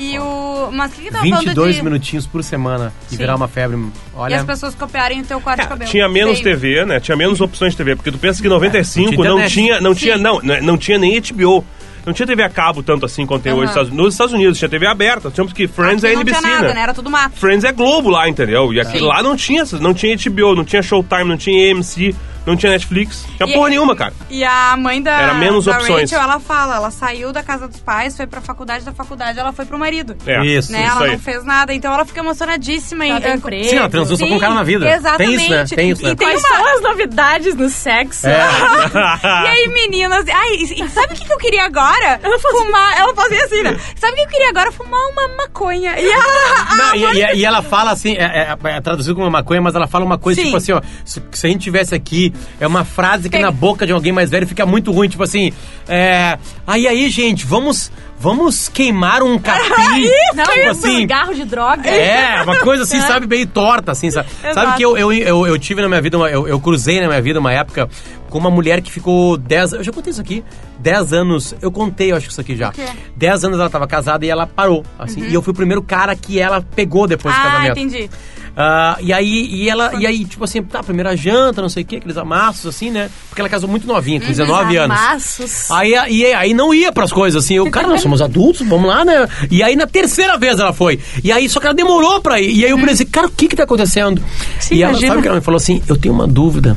Speaker 2: E o. Mas o que, que tava falando
Speaker 1: 22
Speaker 2: de.
Speaker 1: minutinhos por semana e virar uma febre.
Speaker 2: E as
Speaker 1: Olha,
Speaker 2: pessoas copiarem o teu corte de cabelo.
Speaker 5: É, Tinha menos
Speaker 2: Sei.
Speaker 5: TV, né? Tinha menos opções de TV, porque tu pensa que em
Speaker 1: É,
Speaker 5: 95
Speaker 1: não tinha
Speaker 5: não
Speaker 1: internet.
Speaker 5: tinha, não
Speaker 2: Sim.
Speaker 5: tinha, não, não, não tinha nem HBO. Não tinha TV a cabo tanto assim quanto tem
Speaker 2: Aham.
Speaker 5: hoje nos Estados Unidos. Nos Estados Unidos tinha TV aberta. Tínhamos que Friends é
Speaker 2: Aqui não
Speaker 5: NBC,
Speaker 2: tinha nada,
Speaker 5: né?
Speaker 2: né? Era tudo mato.
Speaker 5: Friends é Globo lá, entendeu? E aqui
Speaker 2: Sim.
Speaker 5: lá não tinha, essas- não tinha HBO, não tinha Showtime, não tinha AMC, não tinha Netflix. Tinha
Speaker 2: E-
Speaker 5: porra nenhuma, cara.
Speaker 2: E a mãe da,
Speaker 5: Era menos
Speaker 2: da
Speaker 5: opções.
Speaker 2: Rachel, ela fala, ela saiu da casa dos pais, foi pra faculdade, da faculdade ela foi pro marido.
Speaker 5: É.
Speaker 1: Isso,
Speaker 2: Né?
Speaker 5: isso
Speaker 2: Ela
Speaker 5: aí.
Speaker 2: não fez nada, então ela fica emocionadíssima.
Speaker 4: Ela
Speaker 2: em-
Speaker 4: tem
Speaker 2: em-
Speaker 4: emprego.
Speaker 1: Sim, ela transou só com um cara na vida.
Speaker 2: Exatamente.
Speaker 1: Tem isso, né? Tem isso, né?
Speaker 2: E tem
Speaker 4: Quais
Speaker 2: uma...
Speaker 4: são as novidades no sexo?
Speaker 1: É. Ah.
Speaker 2: E aí, meninas? Ai, e- e sabe o que, que eu queria agora? Ela fumar. Ela fazia assim, né?
Speaker 1: É.
Speaker 2: Sabe o que eu queria agora? Fumar uma maconha. E ela.
Speaker 1: Não, e, e- e ela fala assim, é, é, é traduzido como uma maconha, mas ela fala uma coisa
Speaker 2: Sim.
Speaker 1: tipo assim, ó. Se, se a gente tivesse aqui, é uma frase que
Speaker 2: Pega.
Speaker 1: na boca de alguém mais velho fica muito ruim, tipo assim, é. Aí aí, gente, vamos. Vamos queimar um capim.
Speaker 4: Não,
Speaker 1: tipo
Speaker 4: um
Speaker 1: assim.
Speaker 4: garro de droga.
Speaker 1: É, uma coisa assim, sabe, bem torta, assim, sabe? Sabe que eu, eu, eu, eu tive na minha vida, uma- eu, eu cruzei na minha vida uma época com uma mulher que ficou 10 Eu já contei isso aqui? 10 anos. Eu contei, eu acho que isso aqui já. 10 anos ela tava casada e ela parou, assim. E eu fui o primeiro cara que ela pegou depois do
Speaker 2: Uhum. Ah,
Speaker 1: casamento.
Speaker 2: entendi.
Speaker 1: Ah, e aí, e ela, e aí, tipo assim, tá, primeira janta, não sei o quê, aqueles amassos, assim, né? Porque ela casou muito novinha,
Speaker 2: Uhum.
Speaker 1: com 19
Speaker 2: Ah,
Speaker 1: anos.
Speaker 4: Amassos.
Speaker 1: Aí, aí, aí não ia pras coisas, assim. Eu, cara,
Speaker 2: tá
Speaker 1: nós somos adultos, vamos lá, né? E aí na terceira vez ela foi. E aí, só que ela demorou pra ir.
Speaker 2: É.
Speaker 1: E aí eu pensei, cara, o que que tá acontecendo?
Speaker 4: Sim,
Speaker 1: e ela,
Speaker 4: imagina.
Speaker 1: sabe o que ela me falou assim? Eu tenho uma dúvida.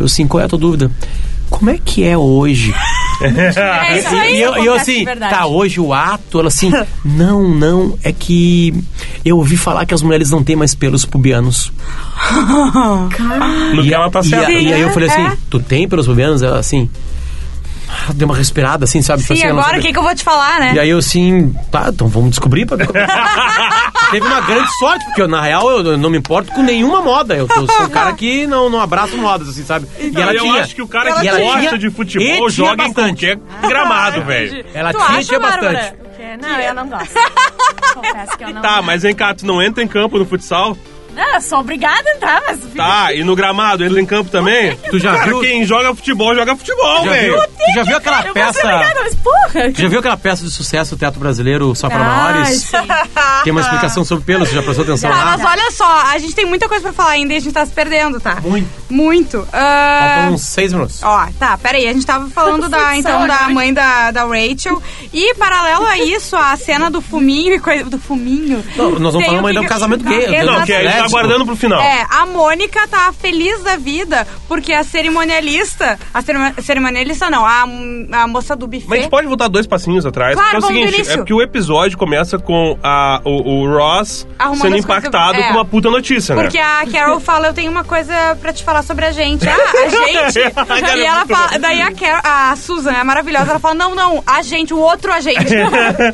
Speaker 1: Eu, assim, qual é a tua dúvida? Como é que é hoje?
Speaker 2: É isso aí.
Speaker 1: Ah, e eu, e eu,
Speaker 4: acontece de
Speaker 1: assim,
Speaker 4: verdade.
Speaker 1: tá, hoje o ato, ela assim, não, não, é que eu ouvi falar que as mulheres não têm mais pelos pubianos.
Speaker 5: No que ela tá
Speaker 1: E, a-
Speaker 5: certa.
Speaker 1: e aí eu falei assim,
Speaker 2: é.
Speaker 1: tu tem pelos pubianos? Ela assim, ah, deu uma respirada assim, sabe? Tipo
Speaker 2: Sim,
Speaker 1: assim, ela não
Speaker 2: agora o
Speaker 1: sabe.
Speaker 2: que, que eu vou te falar, né?
Speaker 1: E aí eu assim, tá, então vamos descobrir pra ver. como é que- Teve uma grande sorte, porque eu, na real eu não me importo com nenhuma moda. Eu, eu sou um cara que não, não abraço modas, assim, sabe? E
Speaker 2: Então,
Speaker 1: ela
Speaker 5: eu
Speaker 1: tinha.
Speaker 5: acho que o cara
Speaker 1: Ela
Speaker 5: que
Speaker 1: tinha-
Speaker 5: gosta de
Speaker 1: e
Speaker 5: futebol
Speaker 1: tinha
Speaker 5: joga em
Speaker 1: bastante.
Speaker 5: qualquer
Speaker 2: Ah,
Speaker 5: gramado, velho.
Speaker 1: Ela
Speaker 4: Tu
Speaker 1: tinha,
Speaker 4: acha,
Speaker 1: tinha
Speaker 4: Bárbara?
Speaker 1: bastante.
Speaker 4: O quê? Não, eu não gosto. Confesso que eu não
Speaker 5: Tá, mas vem cá, tu não entra em campo no futsal?
Speaker 4: Não, eu sou obrigada a entrar, mas...
Speaker 5: Tá, e no gramado, entra em campo também?
Speaker 1: Tu já
Speaker 5: Cara,
Speaker 1: viu?
Speaker 5: quem joga futebol, joga futebol,
Speaker 1: Já
Speaker 5: velho.
Speaker 1: viu, tu já viu aquela
Speaker 4: Eu vou ser
Speaker 1: peça?
Speaker 4: obrigada, mas porra!
Speaker 1: tu Já viu aquela peça de sucesso do Teatro Brasileiro só para
Speaker 2: Ah,
Speaker 4: Ai,
Speaker 1: maiores?
Speaker 4: sim.
Speaker 1: Tem uma explicação sobre pelos, você já prestou atenção
Speaker 2: Tá, mas
Speaker 1: lá?
Speaker 2: olha só, a gente tem muita coisa pra falar ainda e a gente tá se perdendo, tá?
Speaker 1: Muito.
Speaker 2: Muito. Ah,
Speaker 1: Faltam uns seis minutos.
Speaker 2: Ó, tá, peraí, a gente tava falando da, então, da mãe da, da Rachel. E, paralelo a isso, a cena do fuminho e coisa. Do fuminho.
Speaker 1: Não, nós vamos
Speaker 2: Tem
Speaker 1: falar
Speaker 2: o
Speaker 1: mais
Speaker 2: que
Speaker 1: do
Speaker 2: que-
Speaker 1: casamento gay, do
Speaker 2: Exato.
Speaker 5: Não, que a gente tá
Speaker 1: Atlético.
Speaker 5: aguardando pro final.
Speaker 2: É, a Mônica tá feliz da vida, porque a cerimonialista. A cerima- cerimonialista não, a, a moça do buffet.
Speaker 5: Mas a gente pode voltar dois passinhos atrás.
Speaker 2: Claro,
Speaker 5: porque é o
Speaker 2: vamos do
Speaker 5: seguinte,
Speaker 2: início.
Speaker 5: é porque o episódio começa com a, o, o Ross
Speaker 2: Arrumando
Speaker 5: sendo
Speaker 2: as coisas-
Speaker 5: impactado
Speaker 2: é.
Speaker 5: com uma puta notícia, né?
Speaker 2: Porque é a Carol fala, eu tenho uma coisa pra te falar sobre a gente. Ah, a gente? e ela fala, daí a, Carol, a Susan é maravilhosa, ela fala, não, não, a gente, o outro agente.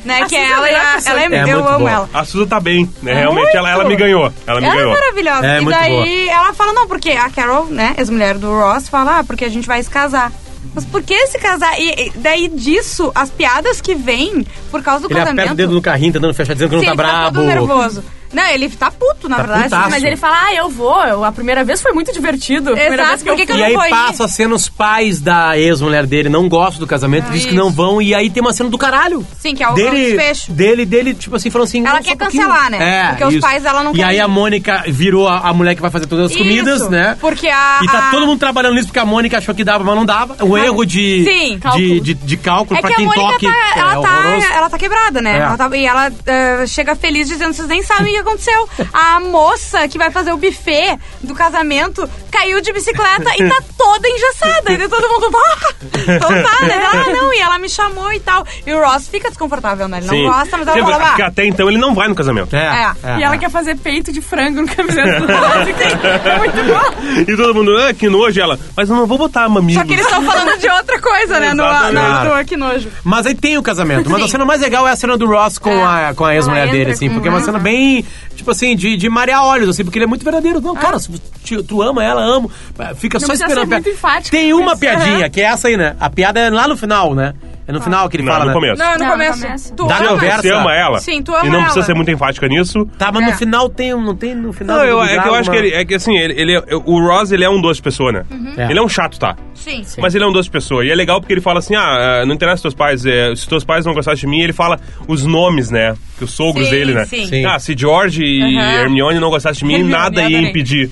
Speaker 2: né, que
Speaker 4: Susan
Speaker 2: ela,
Speaker 4: é a
Speaker 2: ela,
Speaker 4: pessoa.
Speaker 2: é,
Speaker 1: É
Speaker 2: eu
Speaker 1: muito
Speaker 2: amo
Speaker 1: boa.
Speaker 2: ela.
Speaker 5: A Suza tá bem, né? Realmente, ela, ela me ganhou. Ela me
Speaker 2: Ela é
Speaker 5: ganhou.
Speaker 2: maravilhosa.
Speaker 1: É,
Speaker 2: e
Speaker 1: muito
Speaker 2: daí ela fala, não, porque a Carol, né, ex-mulher do Ross, fala, ah, porque a gente vai se casar. Mas por que se casar? E e daí disso, as piadas que vêm por causa do
Speaker 1: Ele
Speaker 2: casamento.
Speaker 1: aperta o dedo no carrinho, tentando fechar, dizendo que não
Speaker 2: Sim,
Speaker 1: tá
Speaker 2: ele tá
Speaker 1: brabo.
Speaker 2: todo nervoso. Não, ele tá puto, na
Speaker 1: Tá
Speaker 2: verdade.
Speaker 1: putaço.
Speaker 4: Mas ele fala, ah, eu vou. eu- a primeira vez foi muito divertido. a primeira
Speaker 2: Exato,
Speaker 4: vez que
Speaker 2: por que
Speaker 4: eu
Speaker 2: que
Speaker 4: fui.
Speaker 1: E
Speaker 2: não
Speaker 1: aí
Speaker 2: vou ir.
Speaker 1: passa a cena os pais da ex-mulher dele não gostam do casamento, diz que não
Speaker 2: Ah, isso.
Speaker 1: vão, e aí tem uma cena do caralho.
Speaker 2: Sim, que é o- é o
Speaker 1: dele,
Speaker 2: desfecho.
Speaker 1: dele, dele, tipo assim, falando assim...
Speaker 2: Ela
Speaker 1: "Não, só
Speaker 2: quer
Speaker 1: um pouquinho."
Speaker 2: cancelar, né?
Speaker 1: É,
Speaker 2: Porque os pais dela não
Speaker 1: E aí
Speaker 2: querem.
Speaker 1: a Mônica virou a, a mulher que vai fazer todas as
Speaker 2: Isso,
Speaker 1: comidas, né?
Speaker 2: porque a-
Speaker 1: E tá
Speaker 2: a-
Speaker 1: todo mundo trabalhando nisso, porque a Mônica achou que dava, mas não dava. O erro de...
Speaker 2: Sim,
Speaker 1: de,
Speaker 4: cálculo.
Speaker 1: De, de cálculo
Speaker 2: É
Speaker 1: pra
Speaker 2: que a
Speaker 1: quem
Speaker 2: Mônica
Speaker 1: toque.
Speaker 2: tá,
Speaker 1: é
Speaker 2: ela,
Speaker 1: horroroso.
Speaker 2: tá, ela tá quebrada, né?
Speaker 1: É.
Speaker 2: Ela tá- e ela eh, chega feliz dizendo vocês nem sabem o que aconteceu. A moça que vai fazer o buffet do casamento caiu de bicicleta e tá toda engessada. E todo mundo, ah, então tá, né? Ah, não, e ela me chamou e tal. E o Ross fica desconfortável, né? Ele
Speaker 5: Sim.
Speaker 2: não gosta, mas ela
Speaker 5: Sim,
Speaker 2: fala,
Speaker 5: porque
Speaker 2: "Ah,
Speaker 5: até então ele não vai no casamento.
Speaker 1: É,
Speaker 2: É.
Speaker 1: é,
Speaker 4: E ela
Speaker 1: é.
Speaker 4: quer fazer peito de frango no camiseta do Ross, que é muito bom.
Speaker 5: E todo mundo, ah, que nojo, ela. Mas eu não vou botar mamilos.
Speaker 2: Só que eles estão falando de outra coisa, né? No, no,
Speaker 5: Exatamente.
Speaker 2: no- que nojo.
Speaker 1: Mas aí tem o casamento. Mas a
Speaker 2: Sim.
Speaker 1: cena mais legal é a cena do Ross com a, com a ex-mulher
Speaker 2: Ela
Speaker 1: dele,
Speaker 2: entra
Speaker 1: assim.
Speaker 2: com-
Speaker 1: Porque é uma cena bem, tipo assim, de, de marear olhos, assim. Porque ele é muito verdadeiro.
Speaker 2: Ah.
Speaker 1: Não, cara, se tu, tu ama ela, amo. Fica só
Speaker 4: precisa
Speaker 2: é
Speaker 1: esperando. a piada.
Speaker 4: ser
Speaker 2: né?
Speaker 4: muito enfático
Speaker 1: tem
Speaker 4: com
Speaker 1: uma
Speaker 4: isso,
Speaker 1: piadinha, que é essa aí, né? A piada é lá no final, né? É
Speaker 2: Ah.
Speaker 1: no final que ele
Speaker 5: Não,
Speaker 1: fala,
Speaker 5: no
Speaker 1: né?
Speaker 5: começo.
Speaker 2: Não, no
Speaker 4: Não,
Speaker 2: começo.
Speaker 4: começa.
Speaker 2: Tu
Speaker 1: Dá
Speaker 2: ama
Speaker 1: conversa.
Speaker 5: Você ama ela?
Speaker 2: Sim, tu ama
Speaker 5: E não precisa
Speaker 2: ela.
Speaker 5: ser muito enfática nisso.
Speaker 1: Tá, mas
Speaker 2: É.
Speaker 1: no final tem um... Não tem no final...
Speaker 5: Não, eu,
Speaker 1: do
Speaker 5: é que eu
Speaker 1: diálogo,
Speaker 5: acho que
Speaker 1: mano.
Speaker 5: ele. É que assim, ele, ele é- o Ross, ele é um doce pessoa, né?
Speaker 2: Uhum.
Speaker 1: É.
Speaker 5: Ele é um chato, tá?
Speaker 2: Sim.
Speaker 5: Mas ele é um doce pessoa. E é legal porque ele fala assim: ah, eh, não interessa teus pais, eh, se teus pais não gostassem de mim, ele fala os nomes, né? Que os sogros
Speaker 2: Sim,
Speaker 5: dele, né?
Speaker 2: sim.
Speaker 1: Sim.
Speaker 5: Ah, se George e
Speaker 2: Aham.
Speaker 5: Hermione não gostassem de mim,
Speaker 2: Hermione,
Speaker 5: nada ia
Speaker 2: adorei. Uhum.
Speaker 5: impedir.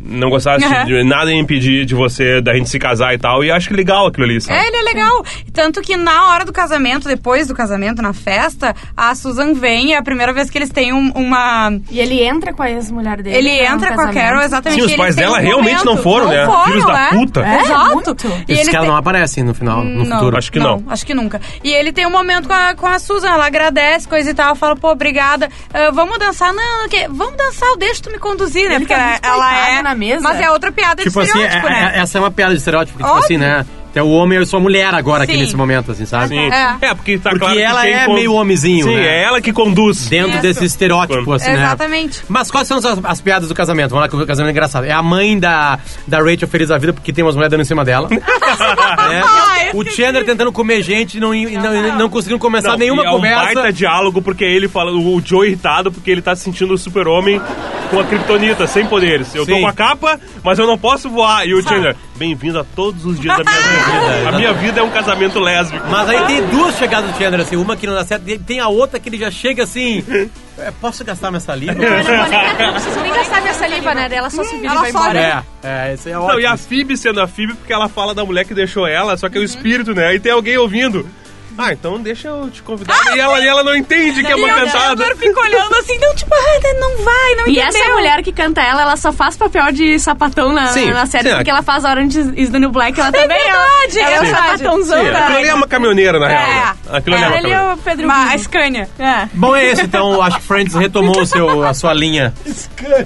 Speaker 5: Não gostasse
Speaker 2: Aham.
Speaker 5: de nada ia impedir de você, da gente se casar e tal. E eu acho que legal aquilo ali, sabe?
Speaker 2: É, ele é legal. Tanto que na hora do casamento, depois do casamento, na festa, a Susan vem, é a primeira vez que eles têm um- uma.
Speaker 4: E ele entra com a ex-mulher dele.
Speaker 2: Ele
Speaker 4: pra um
Speaker 2: entra com a
Speaker 4: casamento.
Speaker 2: Carol exatamente.
Speaker 5: Sim, os
Speaker 2: eles
Speaker 5: pais
Speaker 2: têm
Speaker 5: dela
Speaker 2: um
Speaker 5: realmente não
Speaker 2: momento.
Speaker 5: foram, né?
Speaker 2: Não foram,
Speaker 5: Filhos da
Speaker 2: é.
Speaker 5: puta.
Speaker 2: É, Exato.
Speaker 4: muito.
Speaker 2: E
Speaker 1: Esses
Speaker 2: ele
Speaker 1: caras
Speaker 2: tem-
Speaker 1: não aparecem no final, no
Speaker 2: Não.
Speaker 1: futuro.
Speaker 5: Acho que não.
Speaker 2: Acho que nunca. E ele tem um momento com a, com a Susan, ela agradece, coisa e tal, fala, pô, obrigada. Ah, vamos dançar? Não, não quer. Vamos dançar, eu deixo tu me conduzir, né?
Speaker 4: Ele
Speaker 2: Porque
Speaker 4: tá
Speaker 2: ela,
Speaker 4: muito
Speaker 2: ela
Speaker 4: coitado
Speaker 2: é.
Speaker 4: na mesa.
Speaker 2: Mas é outra piada
Speaker 1: Tipo
Speaker 2: de
Speaker 1: assim, é-
Speaker 2: estereótipo, né?
Speaker 1: é- essa é uma piada de estereótipo. que, Tipo
Speaker 2: Óbvio.
Speaker 1: assim, né? É o homem, eu sou a mulher agora aqui
Speaker 2: Sim.
Speaker 1: nesse momento, assim, sabe?
Speaker 5: Sim.
Speaker 2: É.
Speaker 5: É, porque tá
Speaker 1: Porque
Speaker 5: claro
Speaker 1: ela
Speaker 5: que quem
Speaker 1: é meio homenzinho,
Speaker 5: Sim,
Speaker 1: né?
Speaker 5: é ela que conduz.
Speaker 1: Dentro
Speaker 2: Isso.
Speaker 1: desse estereótipo,
Speaker 5: Quando-
Speaker 1: assim, né?
Speaker 2: Exatamente.
Speaker 1: Mas quais são as, as piadas do casamento? Vamos lá, que o casamento é engraçado. É a mãe da, da Rachel feliz da vida porque tem umas mulheres dando em cima dela. Né?
Speaker 2: Ah, eu
Speaker 1: O Chandler tentando comer gente e não, e não, e não conseguindo começar
Speaker 5: Não,
Speaker 1: nenhuma
Speaker 5: e é um
Speaker 1: conversa.
Speaker 5: baita diálogo, porque ele fala, o Joe irritado, porque ele tá se sentindo o super-homem com a kriptonita, sem poderes. Eu tô
Speaker 1: Sim.
Speaker 5: com a capa, mas eu não posso voar. E o Chandler, bem-vindo a todos os dias da minha vida. A minha vida é um casamento lésbico.
Speaker 1: Mas aí tem duas chegadas do Chandler, assim, uma que não dá certo, e tem a outra que ele já chega assim. "É, Posso gastar minha saliva?
Speaker 4: "Ah, Vocês nem gastar minha saliva, né? Daí Ela só se vira e
Speaker 2: Hum, Ela
Speaker 4: vai
Speaker 2: só
Speaker 4: embora.
Speaker 1: é, é, isso aí é ótimo.
Speaker 5: Não, e a Phoebe sendo a Phoebe, porque ela fala da mulher que deixou ela, só que é o espírito, né? E tem alguém ouvindo. Ah, então deixa eu te convidar. e, ela, e ela não entende que é uma
Speaker 2: E o
Speaker 5: cantada.
Speaker 2: Chandler fica olhando assim, não, tipo, ah, não vai, não
Speaker 4: E
Speaker 2: entendeu.
Speaker 4: essa mulher que canta ela, ela só faz papel de sapatão na,
Speaker 1: Sim,
Speaker 4: na série,
Speaker 5: sim,
Speaker 4: porque
Speaker 5: é.
Speaker 4: ela faz Orange is the New Black, ela também
Speaker 2: verdade,
Speaker 4: é. Ela é
Speaker 2: é
Speaker 4: um
Speaker 2: verdade.
Speaker 4: sapatãozão,
Speaker 5: Sim, aquilo ali é uma caminhoneira, na real.
Speaker 2: É.
Speaker 5: Aquilo ali é, uma
Speaker 2: É,
Speaker 4: Ele é
Speaker 5: caminhoneira.
Speaker 4: o Pedro
Speaker 2: Mas, a
Speaker 4: Guido.
Speaker 2: Scania.
Speaker 4: É.
Speaker 1: Bom, é esse então. Acho que Friends retomou o seu, a sua linha.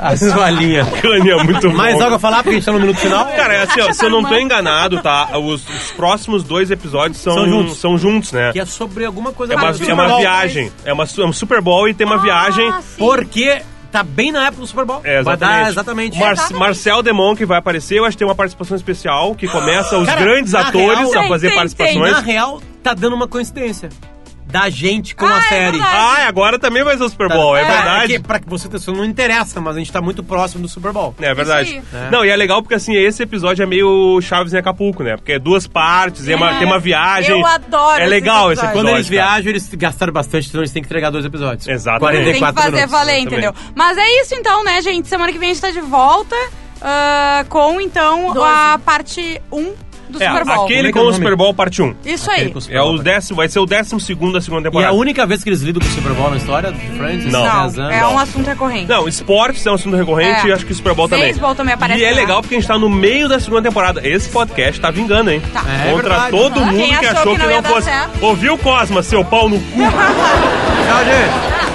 Speaker 1: A sua linha.
Speaker 5: Scania, é muito bom.
Speaker 1: Mais algo a falar? Porque a gente tá no minuto final.
Speaker 5: Cara, é assim, ó, se eu não tô enganado, tá? Os, os próximos dois episódios são,
Speaker 1: São juntos.
Speaker 5: são juntos, né?
Speaker 1: Que é sobre alguma coisa.
Speaker 5: É uma,
Speaker 1: do Super
Speaker 5: é uma
Speaker 1: Bowl.
Speaker 5: viagem. É, uma, su- é um Super Bowl e tem uma viagem.
Speaker 1: Porque tá bem na época do Super Bowl.
Speaker 5: É,
Speaker 1: Vai
Speaker 5: exatamente.
Speaker 1: dar É, exatamente.
Speaker 5: Mar- Marcel Demon que vai aparecer, eu acho que tem uma participação especial que começa os
Speaker 1: Cara,
Speaker 5: grandes
Speaker 1: na
Speaker 5: atores
Speaker 1: real-
Speaker 5: a fazer
Speaker 2: Tem, tem,
Speaker 5: participações.
Speaker 1: Na real, tá dando uma coincidência. Da gente com a
Speaker 2: é
Speaker 1: série.
Speaker 2: verdade.
Speaker 5: Ah, agora também vai ser o Super Bowl, é,
Speaker 1: Tá-
Speaker 5: verdade.
Speaker 1: que- pra que você isso não interessa, mas a gente tá muito próximo do Super Bowl.
Speaker 5: É verdade.
Speaker 2: Isso
Speaker 1: aí.
Speaker 5: Não, e é legal porque assim, esse episódio é meio Chaves em Acapulco, né? Porque é duas partes, é uma, tem uma viagem.
Speaker 2: Eu adoro
Speaker 5: É
Speaker 2: esses
Speaker 5: legal esse
Speaker 2: episódios.
Speaker 5: episódio.
Speaker 1: Quando eles
Speaker 5: tá?
Speaker 1: viajam, eles gastaram bastante, então eles têm que entregar dois episódios.
Speaker 5: Exatamente.
Speaker 2: Tem que
Speaker 1: 44
Speaker 2: fazer
Speaker 1: minutos.
Speaker 2: valer,
Speaker 5: Exatamente.
Speaker 2: entendeu? Mas é isso então, né, gente? Semana que vem a gente tá de volta ah, com, então,
Speaker 4: Doze.
Speaker 2: a parte 1 do
Speaker 5: É,
Speaker 2: Super Bowl.
Speaker 1: Como
Speaker 5: aquele
Speaker 1: é que é
Speaker 5: com
Speaker 1: o
Speaker 5: o
Speaker 1: nome?
Speaker 5: Super Bowl parte 1.
Speaker 2: Isso
Speaker 1: Aquele
Speaker 2: aí.
Speaker 1: com o Super
Speaker 5: É
Speaker 1: Bowl.
Speaker 5: o décimo, vai ser o décimo segundo da
Speaker 1: E
Speaker 5: segunda
Speaker 1: a
Speaker 5: temporada.
Speaker 1: única vez que eles lidam com o Super Bowl na história do Friends?
Speaker 5: Não.
Speaker 1: esses dez
Speaker 2: Não,
Speaker 1: anos.
Speaker 2: é um assunto recorrente.
Speaker 5: Não, esportes é um assunto recorrente
Speaker 2: É.
Speaker 5: e acho que o Super Bowl também.
Speaker 2: Beisebol também aparece
Speaker 5: E é
Speaker 2: lá.
Speaker 5: legal porque a gente tá no meio da segunda temporada. Esse podcast tá vingando, hein?
Speaker 2: Tá.
Speaker 1: É
Speaker 5: Contra
Speaker 1: verdade.
Speaker 5: todo mundo
Speaker 2: Quem
Speaker 5: que achou que não,
Speaker 2: ia dar
Speaker 5: fosse.
Speaker 2: certo?
Speaker 5: Ouviu, Cosma, seu pau no cu?
Speaker 1: Tchau, gente.